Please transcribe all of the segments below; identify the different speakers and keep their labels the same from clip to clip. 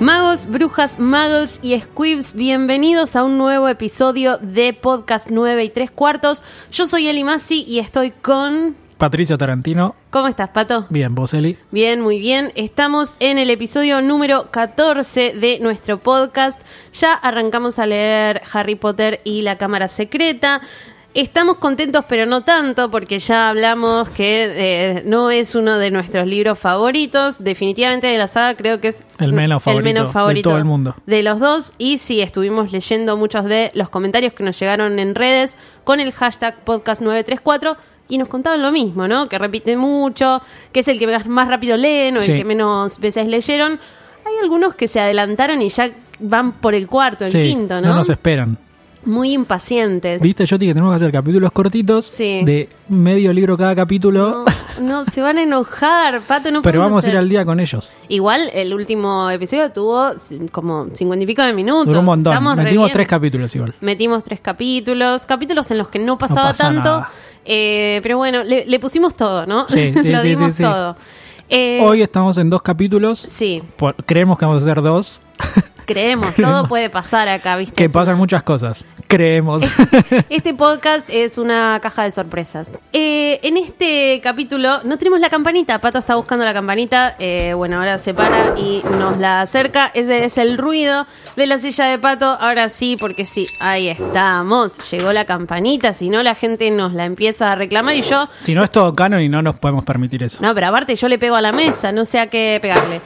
Speaker 1: Magos, brujas, muggles y squibs, bienvenidos a un nuevo episodio de Podcast 9 y 3 cuartos. Yo soy Eli Masi y estoy con...
Speaker 2: Patricio Tarantino.
Speaker 1: ¿Cómo estás, Pato?
Speaker 2: Bien, vos, Eli.
Speaker 1: Bien, muy bien. Estamos en el episodio número 14 de nuestro podcast. Ya arrancamos a leer Harry Potter y la Cámara Secreta. Estamos contentos, pero no tanto, porque ya hablamos que eh, no es uno de nuestros libros favoritos. Definitivamente de la saga creo que es
Speaker 2: El menos favorito
Speaker 1: menos
Speaker 2: de
Speaker 1: favorito
Speaker 2: todo el mundo.
Speaker 1: de los dos. Y sí, estuvimos leyendo muchos de los comentarios que nos llegaron en redes con el hashtag podcast934 y nos contaban lo mismo, ¿no? Que repiten mucho, que es el que más- más rápido leen o
Speaker 2: Sí.
Speaker 1: el que menos veces leyeron. Hay algunos que se adelantaron y ya van por el cuarto, el
Speaker 2: Sí,
Speaker 1: quinto, ¿no?
Speaker 2: nos esperan.
Speaker 1: Muy impacientes.
Speaker 2: Viste, yo te dije que tenemos que hacer capítulos cortitos
Speaker 1: Sí.
Speaker 2: de medio libro cada capítulo,
Speaker 1: No, no, se van a enojar, Pato, no
Speaker 2: pero
Speaker 1: podemos
Speaker 2: vamos a ir
Speaker 1: hacer-
Speaker 2: al día con ellos.
Speaker 1: Igual, el último episodio tuvo c- como cincuenta y pico de minutos.
Speaker 2: Duró un montón.
Speaker 1: Estamos re
Speaker 2: Metimos
Speaker 1: bien.
Speaker 2: tres capítulos igual.
Speaker 1: Metimos tres capítulos, capítulos en los que no pasaba
Speaker 2: pasa
Speaker 1: tanto,
Speaker 2: nada.
Speaker 1: eh, pero bueno, le, le pusimos todo, ¿no?
Speaker 2: Sí, sí,
Speaker 1: Lo
Speaker 2: sí,
Speaker 1: dimos
Speaker 2: sí, sí.
Speaker 1: todo. Eh,
Speaker 2: Hoy estamos en dos capítulos.
Speaker 1: sí,
Speaker 2: Por- creemos que vamos a hacer dos.
Speaker 1: creemos, todo
Speaker 2: Creemos.
Speaker 1: puede pasar acá, ¿viste?
Speaker 2: Que
Speaker 1: Es una-
Speaker 2: pasan muchas cosas. Creemos.
Speaker 1: Este podcast es una caja de sorpresas. Eh, en este capítulo no tenemos la campanita. Pato está buscando la campanita. Eh, bueno, ahora se para y nos la acerca. Ese es el ruido de la silla de Pato. Ahora sí, porque sí, ahí estamos. Llegó la campanita. Si no, la gente nos la empieza a reclamar y yo...
Speaker 2: si no es todo canon y no nos podemos permitir eso.
Speaker 1: No, pero aparte yo le pego a la mesa, no sé a qué pegarle.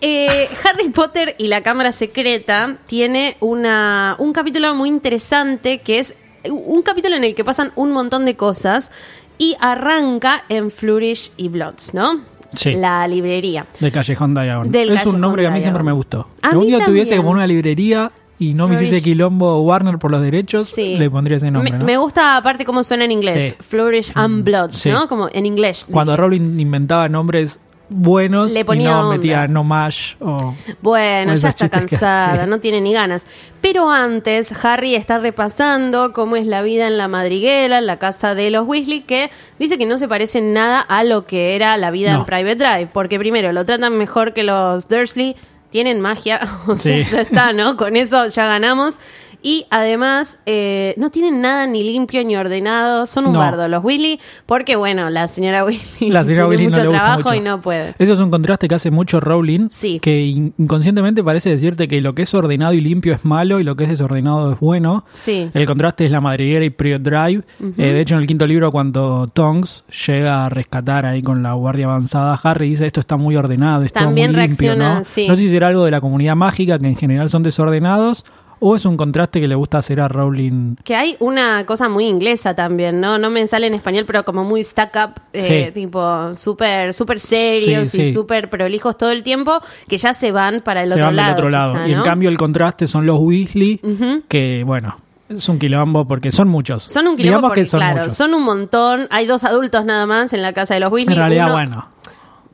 Speaker 1: Eh, Harry Potter y la Cámara Secreta tiene una, un capítulo muy interesante que es un capítulo en el que pasan un montón de cosas y arranca en Flourish y Bloods, ¿no?
Speaker 2: Sí.
Speaker 1: La librería.
Speaker 2: Del Callejón Diagon.
Speaker 1: Del
Speaker 2: es
Speaker 1: Callejón
Speaker 2: un nombre que a mí
Speaker 1: Diagon.
Speaker 2: siempre me gustó.
Speaker 1: A
Speaker 2: Que un
Speaker 1: mí
Speaker 2: día tuviese
Speaker 1: también.
Speaker 2: como una librería y no me
Speaker 1: Flourish.
Speaker 2: hiciese quilombo Warner por los derechos,
Speaker 1: Sí.
Speaker 2: le pondría ese nombre.
Speaker 1: Me,
Speaker 2: ¿no?
Speaker 1: me gusta aparte cómo suena en inglés.
Speaker 2: Sí.
Speaker 1: Flourish and Bloods,
Speaker 2: Sí.
Speaker 1: ¿no? Como en inglés.
Speaker 2: Cuando Rowling inventaba nombres buenos
Speaker 1: Le
Speaker 2: y
Speaker 1: ponía
Speaker 2: no
Speaker 1: onda.
Speaker 2: metía no mash o
Speaker 1: Bueno,
Speaker 2: O
Speaker 1: ya
Speaker 2: esos
Speaker 1: está
Speaker 2: chistes que
Speaker 1: cansada,
Speaker 2: hacía.
Speaker 1: no tiene ni ganas. Pero antes, Harry está repasando cómo es la vida en la madriguera, en la casa de los Weasley, que dice que no se parece en nada a lo que era la vida en
Speaker 2: No.
Speaker 1: Private Drive, porque primero lo tratan mejor que los Dursley, tienen magia, o sea,
Speaker 2: Sí.
Speaker 1: ya está, ¿no? Con eso ya ganamos. Y además, eh, no tienen nada ni limpio ni ordenado, son un
Speaker 2: No.
Speaker 1: bardo los Weasley, porque bueno, la señora Weasley
Speaker 2: la
Speaker 1: tiene
Speaker 2: señora Willy no
Speaker 1: mucho
Speaker 2: le gusta
Speaker 1: trabajo
Speaker 2: mucho.
Speaker 1: y no puede.
Speaker 2: Eso es un contraste que hace mucho Rowling,
Speaker 1: Sí.
Speaker 2: que in- inconscientemente parece decirte que lo que es ordenado y limpio es malo y lo que es desordenado es bueno.
Speaker 1: Sí.
Speaker 2: El contraste es la madriguera y Private Drive. Eh, de hecho, en el quinto libro, cuando Tonks llega a rescatar ahí con la guardia avanzada, Harry dice, esto está muy ordenado, está
Speaker 1: También
Speaker 2: muy limpio,
Speaker 1: reacciona,
Speaker 2: ¿no?
Speaker 1: sí.
Speaker 2: No sé si será algo de la comunidad mágica, que en general son desordenados, o es un contraste que le gusta hacer a Rowling
Speaker 1: Que hay una cosa muy inglesa también, ¿no? No me sale en español, pero como muy stack up, eh,
Speaker 2: Sí.
Speaker 1: tipo súper super serios
Speaker 2: Sí,
Speaker 1: y
Speaker 2: sí.
Speaker 1: súper prolijos todo el tiempo, que ya se van para el
Speaker 2: se
Speaker 1: otro
Speaker 2: van
Speaker 1: lado.
Speaker 2: del otro lado.
Speaker 1: quizá,
Speaker 2: Y en
Speaker 1: ¿no?
Speaker 2: cambio el contraste son los Weasley,
Speaker 1: Ujú.
Speaker 2: que bueno, es un quilombo porque son muchos.
Speaker 1: son un quilombo
Speaker 2: Digamos
Speaker 1: porque,
Speaker 2: que son
Speaker 1: claro,
Speaker 2: muchos.
Speaker 1: son un montón. Hay dos adultos nada más en la casa de los Weasley.
Speaker 2: en realidad,
Speaker 1: uno-
Speaker 2: bueno,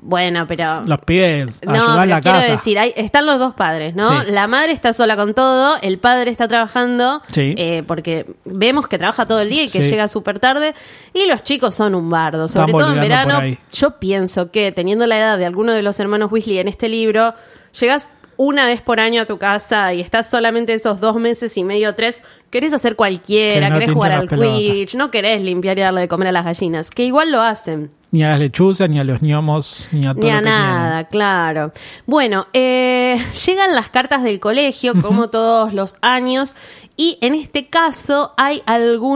Speaker 1: Bueno, pero...
Speaker 2: los pibes
Speaker 1: No,
Speaker 2: ayudan
Speaker 1: pero
Speaker 2: la
Speaker 1: quiero
Speaker 2: casa.
Speaker 1: decir, hay- están los dos padres, ¿no?
Speaker 2: Sí.
Speaker 1: La madre está sola con todo, el padre está trabajando,
Speaker 2: Sí.
Speaker 1: eh, porque vemos que trabaja todo el día y que
Speaker 2: Sí.
Speaker 1: llega súper tarde, y los chicos son un bardo, sobre
Speaker 2: Están
Speaker 1: todo en
Speaker 2: boludeando por
Speaker 1: verano.
Speaker 2: ahí.
Speaker 1: Yo pienso que teniendo la edad de alguno de los hermanos Weasley en este libro, llegas una vez por año a tu casa y estás solamente esos dos meses y medio, tres, querés hacer cualquiera,
Speaker 2: Que no
Speaker 1: querés
Speaker 2: te
Speaker 1: jugar
Speaker 2: hincha
Speaker 1: al
Speaker 2: las pelotas.
Speaker 1: Quidditch, no querés limpiar y darle de comer a las gallinas, que igual lo hacen.
Speaker 2: Ni a las lechuzas, ni a los ñomos, ni a todo
Speaker 1: Ni a
Speaker 2: lo que
Speaker 1: nada, claro. Bueno, eh, llegan las cartas del colegio, como todos los años, y en este caso hay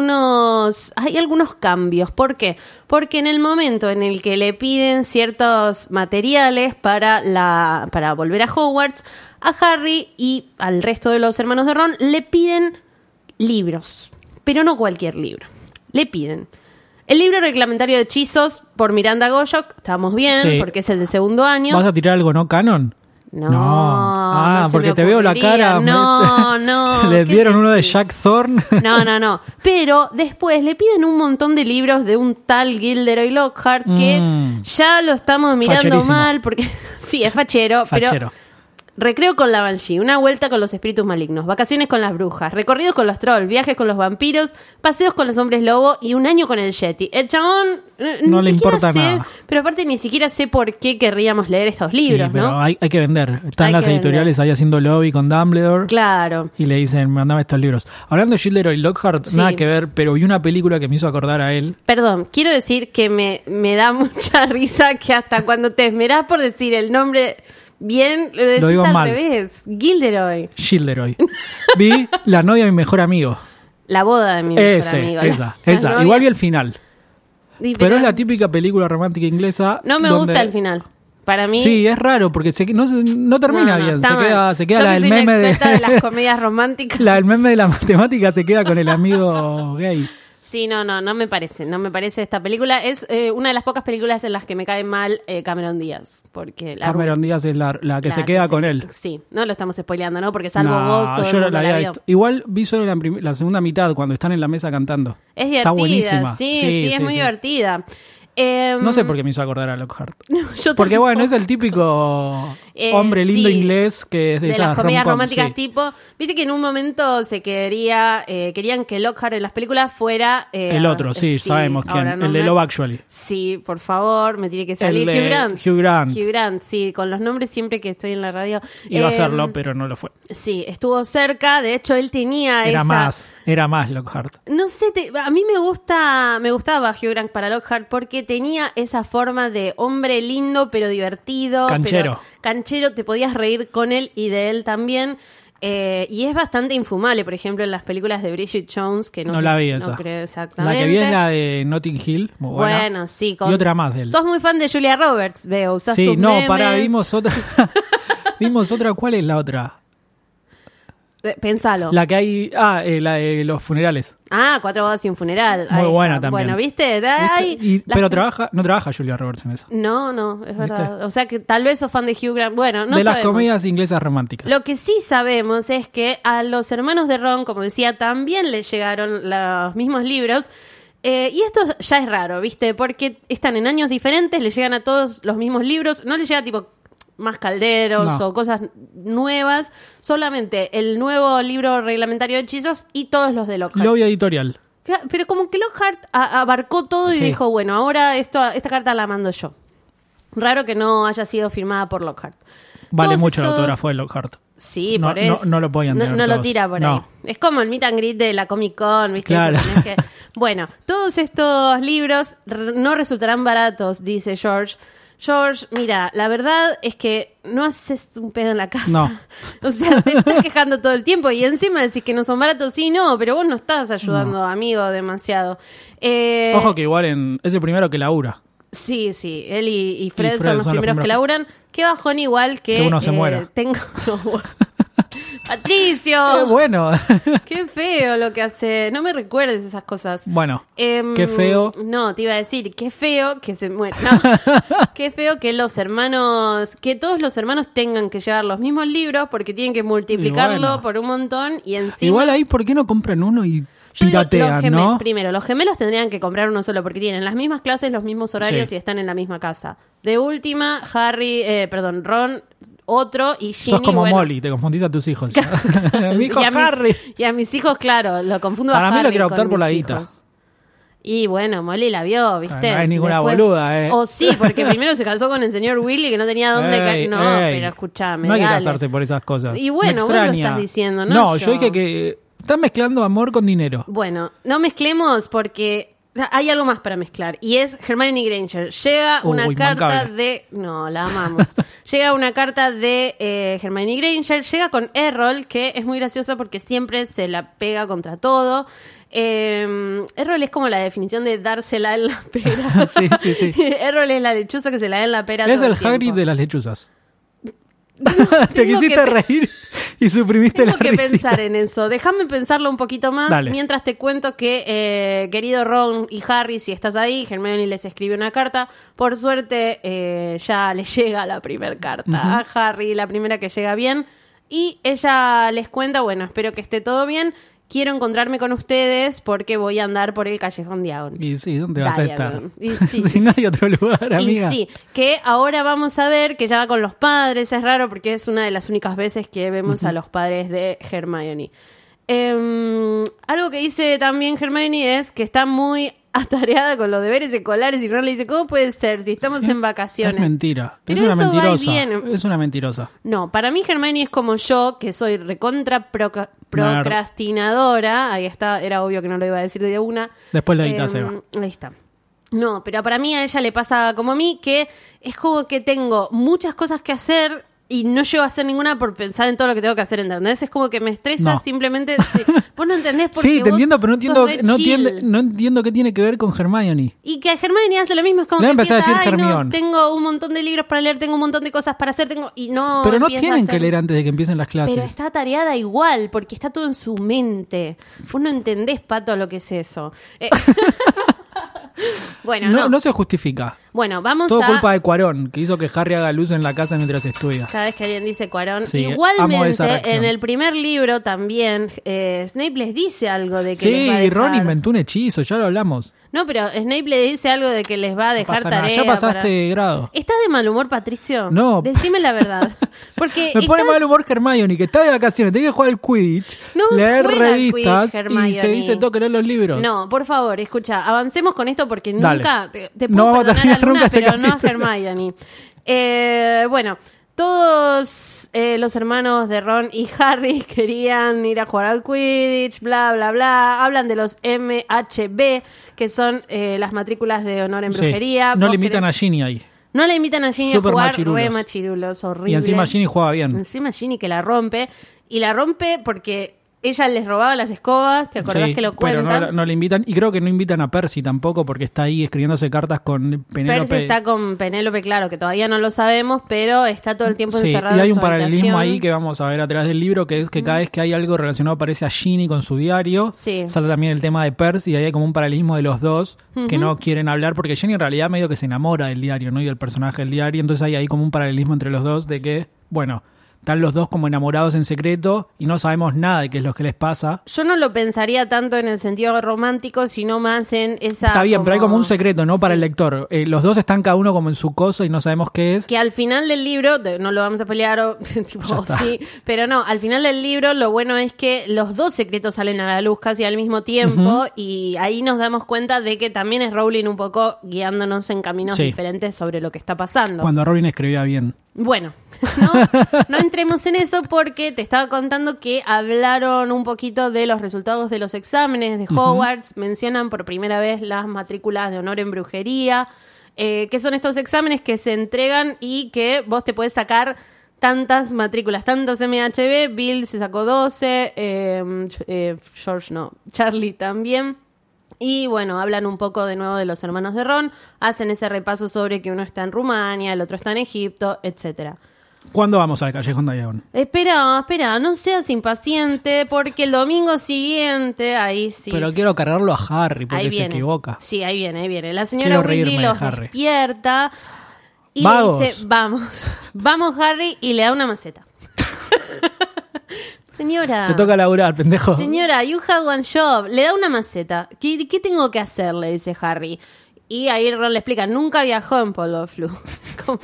Speaker 1: algunos, hay algunos cambios. ¿Por qué? Porque en el momento en el que le piden ciertos materiales para, la, para volver a Hogwarts, a Harry y al resto de los hermanos de Ron le piden libros, pero no cualquier libro. Le piden el libro reglamentario de hechizos por Miranda Goyok, estamos bien,
Speaker 2: Sí.
Speaker 1: porque es el de segundo año.
Speaker 2: tienen. ¿Vas a tirar algo no canon?
Speaker 1: No,
Speaker 2: Ah,
Speaker 1: no se
Speaker 2: porque
Speaker 1: me
Speaker 2: te veo la
Speaker 1: ocurriría.
Speaker 2: cara.
Speaker 1: No, no,
Speaker 2: Le
Speaker 1: ¿qué
Speaker 2: dieron uno de
Speaker 1: decís?
Speaker 2: Jack Thorne.
Speaker 1: No, no, no. Pero después le piden un montón de libros de un tal Gilderoy Lockhart que
Speaker 2: Mm.
Speaker 1: ya lo estamos mirando
Speaker 2: Facherísimo.
Speaker 1: mal porque sí, es fachero, pero
Speaker 2: Fachero.
Speaker 1: Recreo con la Banshee, una vuelta con los espíritus malignos, vacaciones con las brujas, recorridos con los trolls, viajes con los vampiros, paseos con los hombres lobo y un año con el Yeti. El chabón eh,
Speaker 2: No
Speaker 1: ni siquiera
Speaker 2: le importa
Speaker 1: sé-
Speaker 2: nada.
Speaker 1: Pero aparte ni siquiera sé por qué querríamos leer estos
Speaker 2: Sí,
Speaker 1: libros,
Speaker 2: pero
Speaker 1: ¿no?
Speaker 2: hay, hay que vender. Están
Speaker 1: Hay
Speaker 2: las
Speaker 1: que
Speaker 2: editoriales ahí haciendo lobby con Dumbledore.
Speaker 1: Claro.
Speaker 2: Y le dicen, mandame estos libros. Hablando de Schindler y Lockhart,
Speaker 1: Sí.
Speaker 2: nada que ver, pero vi una película que me hizo acordar a él.
Speaker 1: Perdón, quiero decir que me, me da mucha risa que hasta cuando te esmerás por decir el nombre bien, lo decís
Speaker 2: digo
Speaker 1: al
Speaker 2: mal.
Speaker 1: revés. Gilderoy.
Speaker 2: Schilderoy. Vi La novia de mi mejor amigo.
Speaker 1: La boda de mi mejor
Speaker 2: Ese,
Speaker 1: amigo.
Speaker 2: esa,
Speaker 1: La-
Speaker 2: esa.
Speaker 1: la novia.
Speaker 2: Igual vi el final.
Speaker 1: Sí,
Speaker 2: Pero es
Speaker 1: pero
Speaker 2: la típica película romántica inglesa.
Speaker 1: no me
Speaker 2: donde-
Speaker 1: gusta el final. Para mí.
Speaker 2: Sí, es raro porque se que- no, se- no
Speaker 1: no,
Speaker 2: termina
Speaker 1: no,
Speaker 2: bien.
Speaker 1: está
Speaker 2: Se
Speaker 1: mal.
Speaker 2: queda, se queda
Speaker 1: Yo
Speaker 2: la
Speaker 1: que
Speaker 2: del
Speaker 1: soy una
Speaker 2: meme
Speaker 1: experta las comedias románticas.
Speaker 2: la del meme de la matemática se queda con el amigo gay.
Speaker 1: Sí, no, no, no me parece. No me parece esta película. Es eh, una de las pocas películas en las que me cae mal eh, Cameron Díaz. Porque la
Speaker 2: Cameron Díaz es la, la que
Speaker 1: la
Speaker 2: se queda con él.
Speaker 1: Sí, no lo estamos spoileando, ¿no? Porque salvo
Speaker 2: No,
Speaker 1: vos, todo el
Speaker 2: yo
Speaker 1: mundo la
Speaker 2: había
Speaker 1: vio.
Speaker 2: visto. Igual vi solo la, prim- la segunda mitad cuando están en la mesa cantando.
Speaker 1: Es
Speaker 2: Está
Speaker 1: divertida,
Speaker 2: buenísima.
Speaker 1: sí, sí, es muy
Speaker 2: sí.
Speaker 1: divertida. Em,
Speaker 2: No sé por qué me hizo acordar a Lockhart.
Speaker 1: yo
Speaker 2: Porque
Speaker 1: tampoco.
Speaker 2: bueno, es el típico
Speaker 1: Eh,
Speaker 2: hombre lindo
Speaker 1: sí.
Speaker 2: inglés que es de,
Speaker 1: de
Speaker 2: esas
Speaker 1: las comedias
Speaker 2: rom-com,
Speaker 1: románticas
Speaker 2: sí.
Speaker 1: tipo viste que en un momento se quería eh, querían que Lockhart en las películas fuera eh,
Speaker 2: El otro, sí, sabemos quién.
Speaker 1: ahora no
Speaker 2: el de
Speaker 1: me-
Speaker 2: Love Actually.
Speaker 1: sí por favor me tiene que salir
Speaker 2: El de
Speaker 1: Hugh Grant
Speaker 2: Hugh Grant.
Speaker 1: Hugh Grant, sí con los nombres siempre que estoy en la radio
Speaker 2: Iba a
Speaker 1: Em,
Speaker 2: serlo, pero no lo fue.
Speaker 1: sí estuvo cerca de hecho él tenía
Speaker 2: Era
Speaker 1: esa
Speaker 2: más, era más Lockhart.
Speaker 1: no sé, te- a mí me gusta, me gustaba Hugh Grant para Lockhart porque tenía esa forma de hombre lindo pero divertido,
Speaker 2: Canchero.
Speaker 1: pero canchero, te podías reír con él y de él también. eh, y es bastante infumable, por ejemplo, en las películas de Bridget Jones, que no,
Speaker 2: No,
Speaker 1: sé
Speaker 2: la
Speaker 1: si-
Speaker 2: vi
Speaker 1: no
Speaker 2: esa.
Speaker 1: creo
Speaker 2: la
Speaker 1: exactamente.
Speaker 2: que vi es la de Notting Hill. muy buena.
Speaker 1: Bueno, sí.
Speaker 2: Y otra más de él.
Speaker 1: Sos muy fan de Julia Roberts, veo. Usás
Speaker 2: sí,
Speaker 1: sus
Speaker 2: no,
Speaker 1: memes.
Speaker 2: pará, vimos otra. vimos otra. ¿Cuál es la otra?
Speaker 1: Eh, Pensalo.
Speaker 2: La que hay. Ah, eh, la de los funerales.
Speaker 1: Ah, Cuatro bodas sin funeral.
Speaker 2: Muy
Speaker 1: Ahí
Speaker 2: buena
Speaker 1: está.
Speaker 2: también.
Speaker 1: Bueno, ¿viste? Ay,
Speaker 2: Y-
Speaker 1: las-
Speaker 2: pero trabaja, no trabaja Julia Roberts en esa.
Speaker 1: No, no, es
Speaker 2: ¿Viste?
Speaker 1: verdad. O sea que tal vez sos fan de Hugh Grant. Bueno, no
Speaker 2: de las
Speaker 1: sabemos.
Speaker 2: comedias inglesas románticas.
Speaker 1: Lo que sí sabemos es que a los hermanos de Ron, como decía, también les llegaron los mismos libros. Eh, y esto ya es raro, ¿viste? Porque están en años diferentes, le llegan a todos los mismos libros, no les llega tipo más calderos
Speaker 2: No.
Speaker 1: o cosas nuevas, solamente el nuevo libro reglamentario de hechizos y todos los de Lockhart.
Speaker 2: Lobby editorial.
Speaker 1: Claro, Pero como que Lockhart a- abarcó todo y
Speaker 2: Sí.
Speaker 1: dijo, bueno, ahora esto, esta carta la mando yo. Raro que no haya sido firmada por Lockhart.
Speaker 2: Vale
Speaker 1: Todos
Speaker 2: mucho el
Speaker 1: estos-
Speaker 2: autógrafo de Lockhart.
Speaker 1: Sí,
Speaker 2: No-
Speaker 1: por
Speaker 2: no-
Speaker 1: eso.
Speaker 2: no lo podían
Speaker 1: No,
Speaker 2: tener
Speaker 1: no lo
Speaker 2: todos.
Speaker 1: tira por
Speaker 2: No.
Speaker 1: ahí. Es como el meet and greet de la Comic Con, ¿viste?
Speaker 2: Claro.
Speaker 1: Eso tenés que- Bueno, todos estos libros r- no resultarán baratos, dice George. George, mira, la verdad es que no haces un pedo en la casa.
Speaker 2: No.
Speaker 1: O sea, te estás quejando todo el tiempo y encima decís que no son baratos. Sí, no, pero vos no estás ayudando, amigo, demasiado. Eh,
Speaker 2: Ojo que igual en, es el primero que labura.
Speaker 1: Sí, sí, él y, y Fred, son los primeros que
Speaker 2: que-
Speaker 1: laburan. Qué bajón igual que... eh,
Speaker 2: Que uno se muera.
Speaker 1: Tengo... No, Patricio,
Speaker 2: Eh, bueno,
Speaker 1: qué feo lo que hace. No me recuerdes esas cosas.
Speaker 2: bueno.
Speaker 1: Em,
Speaker 2: Qué feo.
Speaker 1: No, te iba a decir, qué feo que se muera. No, qué feo que los hermanos, que todos los hermanos tengan que llevar los mismos libros porque tienen que multiplicarlo
Speaker 2: bueno.
Speaker 1: por un montón y encima...
Speaker 2: Igual ahí, ¿por qué no compran uno y
Speaker 1: Yo digo, los
Speaker 2: piratean,
Speaker 1: gemel-
Speaker 2: no?
Speaker 1: Primero, los gemelos tendrían que comprar uno solo porque tienen las mismas clases, los mismos horarios
Speaker 2: Sí.
Speaker 1: y están en la misma casa. De última, Harry, eh, perdón, Ron, otro y Ginny.
Speaker 2: Sos como
Speaker 1: bueno,
Speaker 2: Molly, te confundís a tus hijos. Mi hijo
Speaker 1: y a mis-
Speaker 2: Harry.
Speaker 1: y a mis hijos, claro, lo confundo a
Speaker 2: Para mí lo
Speaker 1: Harry
Speaker 2: quiero
Speaker 1: con
Speaker 2: optar por
Speaker 1: mis
Speaker 2: la guita.
Speaker 1: hijos. Y bueno, Molly la vio, ¿viste?
Speaker 2: No hay ninguna boluda, ¿eh?
Speaker 1: O sí, porque primero se casó con el señor Willy que no tenía dónde. ca-
Speaker 2: Ey,
Speaker 1: no,
Speaker 2: ey.
Speaker 1: pero escúchame.
Speaker 2: No hay que
Speaker 1: dale.
Speaker 2: casarse por esas cosas.
Speaker 1: Y
Speaker 2: Me
Speaker 1: bueno, vos lo
Speaker 2: extraña.
Speaker 1: estás diciendo, no
Speaker 2: No, yo,
Speaker 1: yo.
Speaker 2: dije que están mezclando amor con dinero.
Speaker 1: Bueno, no mezclemos porque hay algo más para mezclar y es Hermione Granger. Llega
Speaker 2: Uy,
Speaker 1: una carta
Speaker 2: mancable.
Speaker 1: de... No, la amamos. Llega una carta de eh, Hermione Granger, llega con Errol, que es muy graciosa porque siempre se la pega contra todo. Eh, Errol es como la definición de dársela en la pera.
Speaker 2: Sí, sí, sí.
Speaker 1: Errol es la lechuza que se la da en la pera.
Speaker 2: Es
Speaker 1: todo
Speaker 2: el Hagrid
Speaker 1: tiempo.
Speaker 2: de las lechuzas. Te
Speaker 1: Tengo
Speaker 2: quisiste
Speaker 1: que pe-
Speaker 2: reír y suprimiste
Speaker 1: Tengo
Speaker 2: la
Speaker 1: que
Speaker 2: risa.
Speaker 1: pensar en eso. Déjame pensarlo un poquito más
Speaker 2: Dale.
Speaker 1: mientras te cuento que, eh, querido Ron y Harry, si estás ahí, Hermione les escribe una carta. Por suerte, eh, ya le llega la primera carta a Harry, la primera que llega bien. Y ella les cuenta, bueno, espero que esté todo bien. quiero encontrarme con ustedes porque voy a andar por el callejón Diagon.
Speaker 2: Y sí, ¿dónde vas a estar?
Speaker 1: Diagon. Y sí.
Speaker 2: si no hay otro lugar,
Speaker 1: Y
Speaker 2: amiga.
Speaker 1: sí, que ahora vamos a ver que ya va con los padres, es raro porque es una de las únicas veces que vemos a los padres de Hermione. Em, algo que dice también Hermione es que está muy atareada con los deberes escolares y Ron le dice, ¿cómo puede ser si estamos
Speaker 2: Sí,
Speaker 1: en
Speaker 2: es-
Speaker 1: vacaciones?
Speaker 2: Es mentira.
Speaker 1: Pero
Speaker 2: es una
Speaker 1: eso va y
Speaker 2: mentirosa.
Speaker 1: viene.
Speaker 2: Es una mentirosa.
Speaker 1: No, para mí Germani es como yo, que soy recontra proca-
Speaker 2: Nerd.
Speaker 1: procrastinadora. Ahí está, era obvio que no lo iba a decir de una.
Speaker 2: Después lo edita,
Speaker 1: Em,
Speaker 2: Seba.
Speaker 1: Ahí está. No, pero para mí a ella le pasa como a mí, que es como que tengo muchas cosas que hacer y no llego a hacer ninguna por pensar en todo lo que tengo que hacer, ¿entendés? Es como que me estresa
Speaker 2: No.
Speaker 1: simplemente... sí. Vos no entendés porque
Speaker 2: Sí,
Speaker 1: vos
Speaker 2: te entiendo, pero no
Speaker 1: sos
Speaker 2: entiendo,
Speaker 1: re
Speaker 2: no,
Speaker 1: chill.
Speaker 2: entiende- no entiendo qué tiene que ver con Hermione.
Speaker 1: Y que a Hermione hace lo mismo, es como
Speaker 2: Le
Speaker 1: que
Speaker 2: voy a empezar a
Speaker 1: empieza,
Speaker 2: decir
Speaker 1: "Ay, no,
Speaker 2: Hermión".
Speaker 1: tengo un montón de libros para leer, tengo un montón de cosas para hacer, tengo... Y no
Speaker 2: pero no
Speaker 1: empieza a
Speaker 2: tienen
Speaker 1: hacer
Speaker 2: que leer antes de que empiecen las clases.
Speaker 1: Pero está tareada igual, porque está todo en su mente. Vos no entendés, Pato, lo que es eso. Eh, bueno,
Speaker 2: no,
Speaker 1: no.
Speaker 2: no se justifica.
Speaker 1: Bueno, vamos
Speaker 2: Todo
Speaker 1: a...
Speaker 2: culpa de Cuarón, que hizo que Harry haga luz en la casa mientras estudia.
Speaker 1: Cada vez que alguien dice Cuarón.
Speaker 2: Sí, amo esa
Speaker 1: Igualmente,
Speaker 2: reacción.
Speaker 1: en el primer libro también, eh, Snape les dice algo de que
Speaker 2: Sí,
Speaker 1: les va a
Speaker 2: y Ron
Speaker 1: dejar-
Speaker 2: inventó un hechizo, ya lo hablamos.
Speaker 1: No, pero Snape le dice algo de que les va a
Speaker 2: No
Speaker 1: dejar
Speaker 2: pasa nada,
Speaker 1: tarea
Speaker 2: ya pasaste
Speaker 1: para-
Speaker 2: de grado.
Speaker 1: ¿Estás de mal humor, Patricio?
Speaker 2: No.
Speaker 1: Decime la verdad. Porque
Speaker 2: Me pone
Speaker 1: estás-
Speaker 2: mal humor Hermione, que está de vacaciones, tiene que jugar al Quidditch,
Speaker 1: No
Speaker 2: leer
Speaker 1: juega al
Speaker 2: revistas
Speaker 1: Quidditch,
Speaker 2: y se
Speaker 1: Hermione.
Speaker 2: dice tengo que leer los libros.
Speaker 1: No, por favor, escucha, avancemos con esto porque
Speaker 2: Dale.
Speaker 1: nunca te, te
Speaker 2: No
Speaker 1: puedo
Speaker 2: vamos a
Speaker 1: perdonar
Speaker 2: terminar
Speaker 1: a Luna,
Speaker 2: nunca este
Speaker 1: pero no a
Speaker 2: capítulo.
Speaker 1: Hermione. Eh, bueno, todos eh, los hermanos de Ron y Harry querían ir a jugar al Quidditch, bla, bla, bla. Hablan de los MHB, que son eh, las matrículas de honor en
Speaker 2: Sí,
Speaker 1: brujería.
Speaker 2: no
Speaker 1: Vos
Speaker 2: limitan
Speaker 1: querés-
Speaker 2: a Ginny ahí.
Speaker 1: No le invitan a Ginny
Speaker 2: Súper
Speaker 1: a jugar,
Speaker 2: machirulos.
Speaker 1: re machirulos, horrible.
Speaker 2: Y encima Ginny juega bien.
Speaker 1: Encima Ginny que la rompe. Y la rompe porque ella les robaba las escobas, ¿te acordás
Speaker 2: Sí,
Speaker 1: que lo
Speaker 2: pero
Speaker 1: cuentan?
Speaker 2: no, la- no le invitan. Y creo que no invitan a Percy tampoco porque está ahí escribiéndose cartas con Penélope.
Speaker 1: Percy está con Penélope, claro, que todavía no lo sabemos, pero está todo el tiempo
Speaker 2: Sí,
Speaker 1: encerrado.
Speaker 2: y
Speaker 1: en
Speaker 2: hay
Speaker 1: su
Speaker 2: un paralelismo
Speaker 1: habitación.
Speaker 2: ahí que vamos a ver atrás del libro, que es que cada vez que hay algo relacionado aparece a Ginny con su diario,
Speaker 1: Sí.
Speaker 2: salta también el tema de Percy y ahí hay como un paralelismo de los dos que no quieren hablar porque Ginny en realidad medio que se enamora del diario, ¿no? Y del personaje del diario, entonces hay ahí como un paralelismo entre los dos de que, bueno, están los dos como enamorados en secreto y no sabemos nada de qué es lo que les pasa.
Speaker 1: Yo no lo pensaría tanto en el sentido romántico, sino más en esa.
Speaker 2: Está bien, pero hay como un secreto, ¿no?
Speaker 1: Sí.
Speaker 2: Para el lector. Eh, los dos están cada uno como en su cosa y no sabemos qué es.
Speaker 1: Que al final del libro, de- no lo vamos a pelear, o, tipo,
Speaker 2: Ya está.
Speaker 1: sí, pero no, al final del libro lo bueno es que los dos secretos salen a la luz casi al mismo tiempo y ahí nos damos cuenta de que también es Rowling un poco guiándonos en caminos
Speaker 2: Sí.
Speaker 1: diferentes sobre lo que está pasando.
Speaker 2: Cuando Robin escribía bien.
Speaker 1: Bueno, no, no entremos en eso porque te estaba contando que hablaron un poquito de los resultados de los exámenes de Hogwarts, mencionan por primera vez las matrículas de honor en brujería, eh, que son estos exámenes que se entregan y que vos te puedes sacar tantas matrículas, tantas MHB, Bill se sacó 12, eh, eh, George no, Charlie también. Y bueno, hablan un poco de nuevo de los hermanos de Ron, hacen ese repaso sobre que uno está en Rumania, el otro está en Egipto, etcétera.
Speaker 2: ¿Cuándo vamos al Callejón Diagon?
Speaker 1: Espera, espera, no seas impaciente porque el domingo siguiente, ahí sí.
Speaker 2: Pero quiero cargarlo a Harry porque
Speaker 1: ahí
Speaker 2: se
Speaker 1: viene.
Speaker 2: equivoca.
Speaker 1: Sí, ahí viene, ahí viene. La señora
Speaker 2: Quiero reírme
Speaker 1: Weasley
Speaker 2: de
Speaker 1: los
Speaker 2: Harry.
Speaker 1: despierta y
Speaker 2: Vagos.
Speaker 1: le dice, "Vamos. Vamos, Harry" y le da una maceta. Señora.
Speaker 2: Te toca laburar, pendejo.
Speaker 1: Señora, you have one job. Le da una maceta. ¿Qué, qué tengo que hacer? Le dice Harry. Y ahí Ron le explica, nunca viajó en Polo Flu. Como,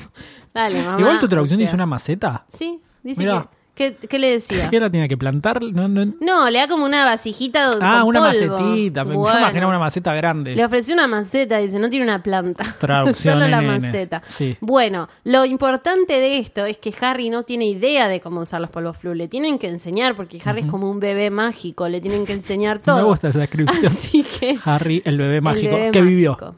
Speaker 1: Dale, mamá.
Speaker 2: Igual tu traducción
Speaker 1: o sea.
Speaker 2: dice una maceta.
Speaker 1: Sí, dice
Speaker 2: Mirá.
Speaker 1: que... ¿Qué, qué le decía?
Speaker 2: ¿Qué la tiene que plantar? No, no-
Speaker 1: No, le da como una vasijita donde
Speaker 2: Ah,
Speaker 1: con
Speaker 2: una
Speaker 1: polvo.
Speaker 2: macetita. Me- Yo
Speaker 1: Bueno.
Speaker 2: imaginaba una maceta
Speaker 1: Le
Speaker 2: grande.
Speaker 1: ofreció una maceta, dice, no tiene una planta.
Speaker 2: Traducción
Speaker 1: Solo la
Speaker 2: NN.
Speaker 1: maceta.
Speaker 2: Sí.
Speaker 1: Bueno, lo importante de esto es que Harry no tiene idea de cómo usar los polvos flu. Le tienen que enseñar, porque Harry es como un bebé mágico, le tienen que enseñar todo.
Speaker 2: Me gusta esa descripción.
Speaker 1: Así que.
Speaker 2: Harry, el bebé mágico,
Speaker 1: el bebé
Speaker 2: que vivió,
Speaker 1: mágico.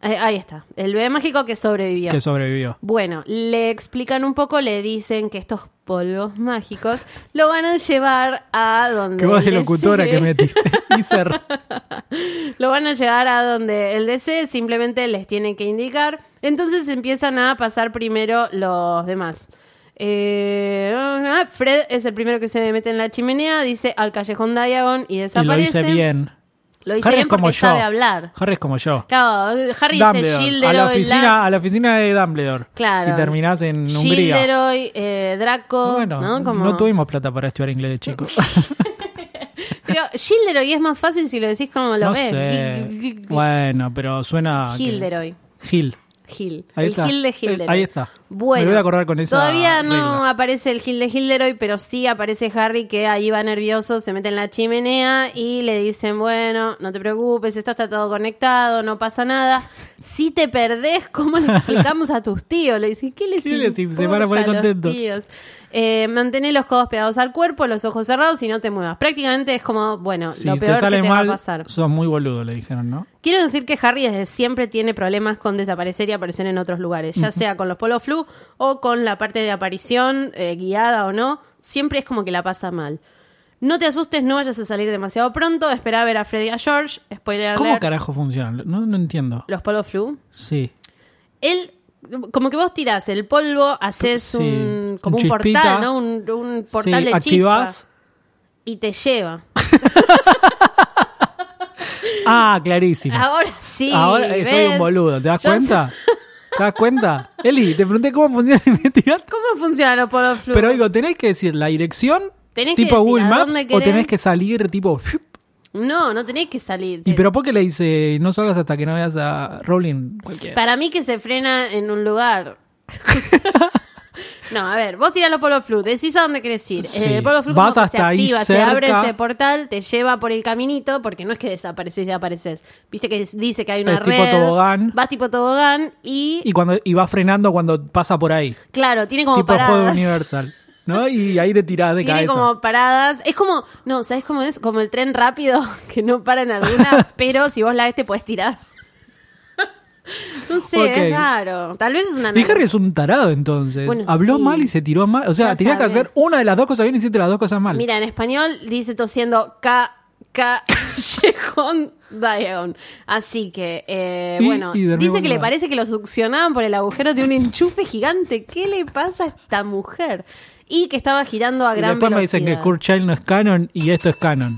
Speaker 1: Eh, ahí está. El bebé mágico que sobrevivió.
Speaker 2: que sobrevivió.
Speaker 1: Bueno, le explican un poco, le dicen que estos polvos mágicos lo van a llevar a donde.
Speaker 2: Qué voz de
Speaker 1: les
Speaker 2: locutora
Speaker 1: sigue.
Speaker 2: que metiste. Y cer-
Speaker 1: Lo van a llevar a donde el desee, simplemente les tienen que indicar. Entonces empiezan a pasar primero los demás. Eh, ah, Fred es el primero que se mete en la chimenea, dice al callejón Diagon y
Speaker 2: y lo
Speaker 1: desaparece.
Speaker 2: hice bien.
Speaker 1: Lo dice
Speaker 2: Harry
Speaker 1: bien
Speaker 2: es como
Speaker 1: porque
Speaker 2: yo.
Speaker 1: sabe hablar.
Speaker 2: Harry es como yo.
Speaker 1: Claro, Harry dice
Speaker 2: a la
Speaker 1: Gilderoy. la-
Speaker 2: oficina, a la oficina de Dumbledore.
Speaker 1: Claro.
Speaker 2: Y terminás en Hungría.
Speaker 1: Gilderoy, eh, Draco.
Speaker 2: Bueno,
Speaker 1: ¿no? Como-
Speaker 2: no tuvimos plata para estudiar inglés de chico.
Speaker 1: Pero Gilderoy es más fácil si lo decís como lo
Speaker 2: no
Speaker 1: ves.
Speaker 2: sé.
Speaker 1: Gui- gui- gui-
Speaker 2: Bueno, pero suena. que-
Speaker 1: Gilderoy.
Speaker 2: Gil.
Speaker 1: Gil.
Speaker 2: Ahí
Speaker 1: el
Speaker 2: está.
Speaker 1: Gil de
Speaker 2: Eh,
Speaker 1: Hilderoy.
Speaker 2: ahí está.
Speaker 1: Bueno.
Speaker 2: Me voy a acordar con esa
Speaker 1: Todavía no
Speaker 2: regla.
Speaker 1: aparece el Gil de Hilderoy, pero sí aparece Harry que ahí va nervioso, se mete en la chimenea y le dicen, bueno, no te preocupes, esto está todo conectado, no pasa nada. Si te perdés, ¿cómo le explicamos a tus tíos? Le dicen, ¿qué les
Speaker 2: ¿Qué les- se
Speaker 1: importa
Speaker 2: van a poner
Speaker 1: los
Speaker 2: contentos.
Speaker 1: tíos? Eh, mantener los codos pegados al cuerpo, los ojos cerrados y no te muevas. Prácticamente es como, bueno,
Speaker 2: Si
Speaker 1: lo
Speaker 2: te
Speaker 1: peor
Speaker 2: sale
Speaker 1: que te
Speaker 2: mal,
Speaker 1: va a pasar.
Speaker 2: sos muy boludo, le dijeron, ¿no?
Speaker 1: Quiero decir que Harry desde siempre tiene problemas con desaparecer y aparecer en otros lugares, ya sea con los polos flu o con la parte de aparición, eh, guiada o no, siempre es como que la pasa mal. No te asustes, no vayas a salir demasiado pronto, espera a ver a Freddy y a George, spoiler
Speaker 2: ¿Cómo
Speaker 1: alert,
Speaker 2: carajo funciona? No, no entiendo.
Speaker 1: los polos flu.
Speaker 2: Sí.
Speaker 1: Él, como que vos tirás el polvo, haces
Speaker 2: Sí,
Speaker 1: un, como
Speaker 2: un
Speaker 1: un,
Speaker 2: chispita.
Speaker 1: portal, ¿no? Un, un portal
Speaker 2: sí,
Speaker 1: de
Speaker 2: activás.
Speaker 1: chispa y te lleva.
Speaker 2: Ah, clarísimo.
Speaker 1: Ahora sí.
Speaker 2: Ahora eh, soy un
Speaker 1: ¿ves?
Speaker 2: boludo, ¿te das
Speaker 1: Yo sé-
Speaker 2: cuenta? ¿Te das cuenta? Eli, te pregunté cómo funciona y me tiraste.
Speaker 1: ¿Cómo funcionan los polos flu?
Speaker 2: Pero digo, ¿tenés que decir la dirección
Speaker 1: Tenés que
Speaker 2: tipo
Speaker 1: decir
Speaker 2: Google
Speaker 1: a
Speaker 2: Maps
Speaker 1: dónde
Speaker 2: o
Speaker 1: querés.
Speaker 2: tenés que salir tipo... fiup?
Speaker 1: No, no tenés que salir.
Speaker 2: ¿Y
Speaker 1: Te-
Speaker 2: pero por qué le dice no salgas hasta que no veas a Rowling cualquiera?
Speaker 1: Para mí que se frena en un lugar. no, a ver, vos tirás los polos flu, decís a dónde querés ir. Eh,
Speaker 2: Sí.
Speaker 1: El polo flu
Speaker 2: Vas
Speaker 1: como que se
Speaker 2: hasta ahí
Speaker 1: activa, se
Speaker 2: cerca.
Speaker 1: abre ese portal, te lleva por el caminito, porque no es que desapareces y apareces. Viste que dice que hay una
Speaker 2: Es
Speaker 1: red.
Speaker 2: tipo tobogán.
Speaker 1: Vas tipo tobogán y,
Speaker 2: Y, cuando, y va frenando cuando pasa por ahí.
Speaker 1: claro, tiene como
Speaker 2: tipo juego de
Speaker 1: paradas.
Speaker 2: Universal. ¿No? Y ahí te tirás de
Speaker 1: Tiene
Speaker 2: cabeza.
Speaker 1: como paradas. Es como, no, ¿sabes cómo es? Como el tren rápido que no para en alguna, pero si vos la ves te puedes tirar. No sé,
Speaker 2: Ok.
Speaker 1: es raro. Tal vez es una
Speaker 2: Y Harry es un tarado entonces.
Speaker 1: Bueno,
Speaker 2: Habló
Speaker 1: sí.
Speaker 2: mal y se tiró mal. O sea,
Speaker 1: Ya
Speaker 2: tenías que
Speaker 1: sabe.
Speaker 2: hacer una de las dos cosas bien y hiciste las dos cosas mal.
Speaker 1: Mira, en español dice tosiendo ca callejón Diagon. Así que, eh,
Speaker 2: Y-
Speaker 1: bueno,
Speaker 2: y dormí
Speaker 1: dice que
Speaker 2: con
Speaker 1: le
Speaker 2: la-
Speaker 1: parece que lo succionaban por el agujero de un enchufe gigante. ¿Qué le pasa a esta mujer? Y que estaba girando a
Speaker 2: y
Speaker 1: gran
Speaker 2: después me
Speaker 1: velocidad.
Speaker 2: dicen que Kurt Child no es canon y esto es canon.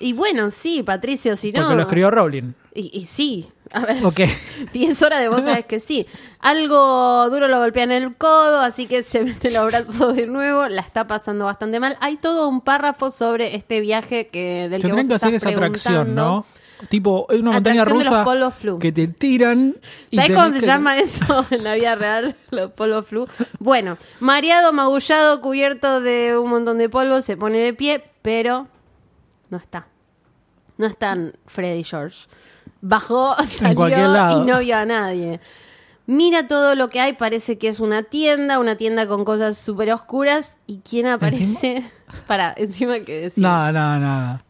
Speaker 1: Y bueno, sí, Patricio, si no.
Speaker 2: Porque lo escribió Rowling.
Speaker 1: Y, y sí, a ver.
Speaker 2: Ok.
Speaker 1: 10 horas de vos sabes que sí. Algo duro lo golpea en el codo, así que se mete los brazos de nuevo. La está pasando bastante mal. Hay todo un párrafo sobre este viaje que del que vos
Speaker 2: Tendrían que
Speaker 1: estás
Speaker 2: hacer esa atracción,
Speaker 1: preguntando.
Speaker 2: ¿no? Tipo, es una montaña
Speaker 1: Atracción de los
Speaker 2: rusa
Speaker 1: polos flu.
Speaker 2: que te tiran. y
Speaker 1: ¿Sabes
Speaker 2: tenés
Speaker 1: cómo se
Speaker 2: que-
Speaker 1: llama eso en la vida real? Los polvos flu. Bueno, mareado, magullado, cubierto de un montón de polvo, se pone de pie, pero no está. No están Freddy y George. Bajó, salió
Speaker 2: cualquier lado.
Speaker 1: y no vio a nadie. Mira todo lo que hay, parece que es una tienda, una tienda con cosas súper oscuras. ¿Y quién aparece? Para, encima que decir.
Speaker 2: Nada, nada, nada.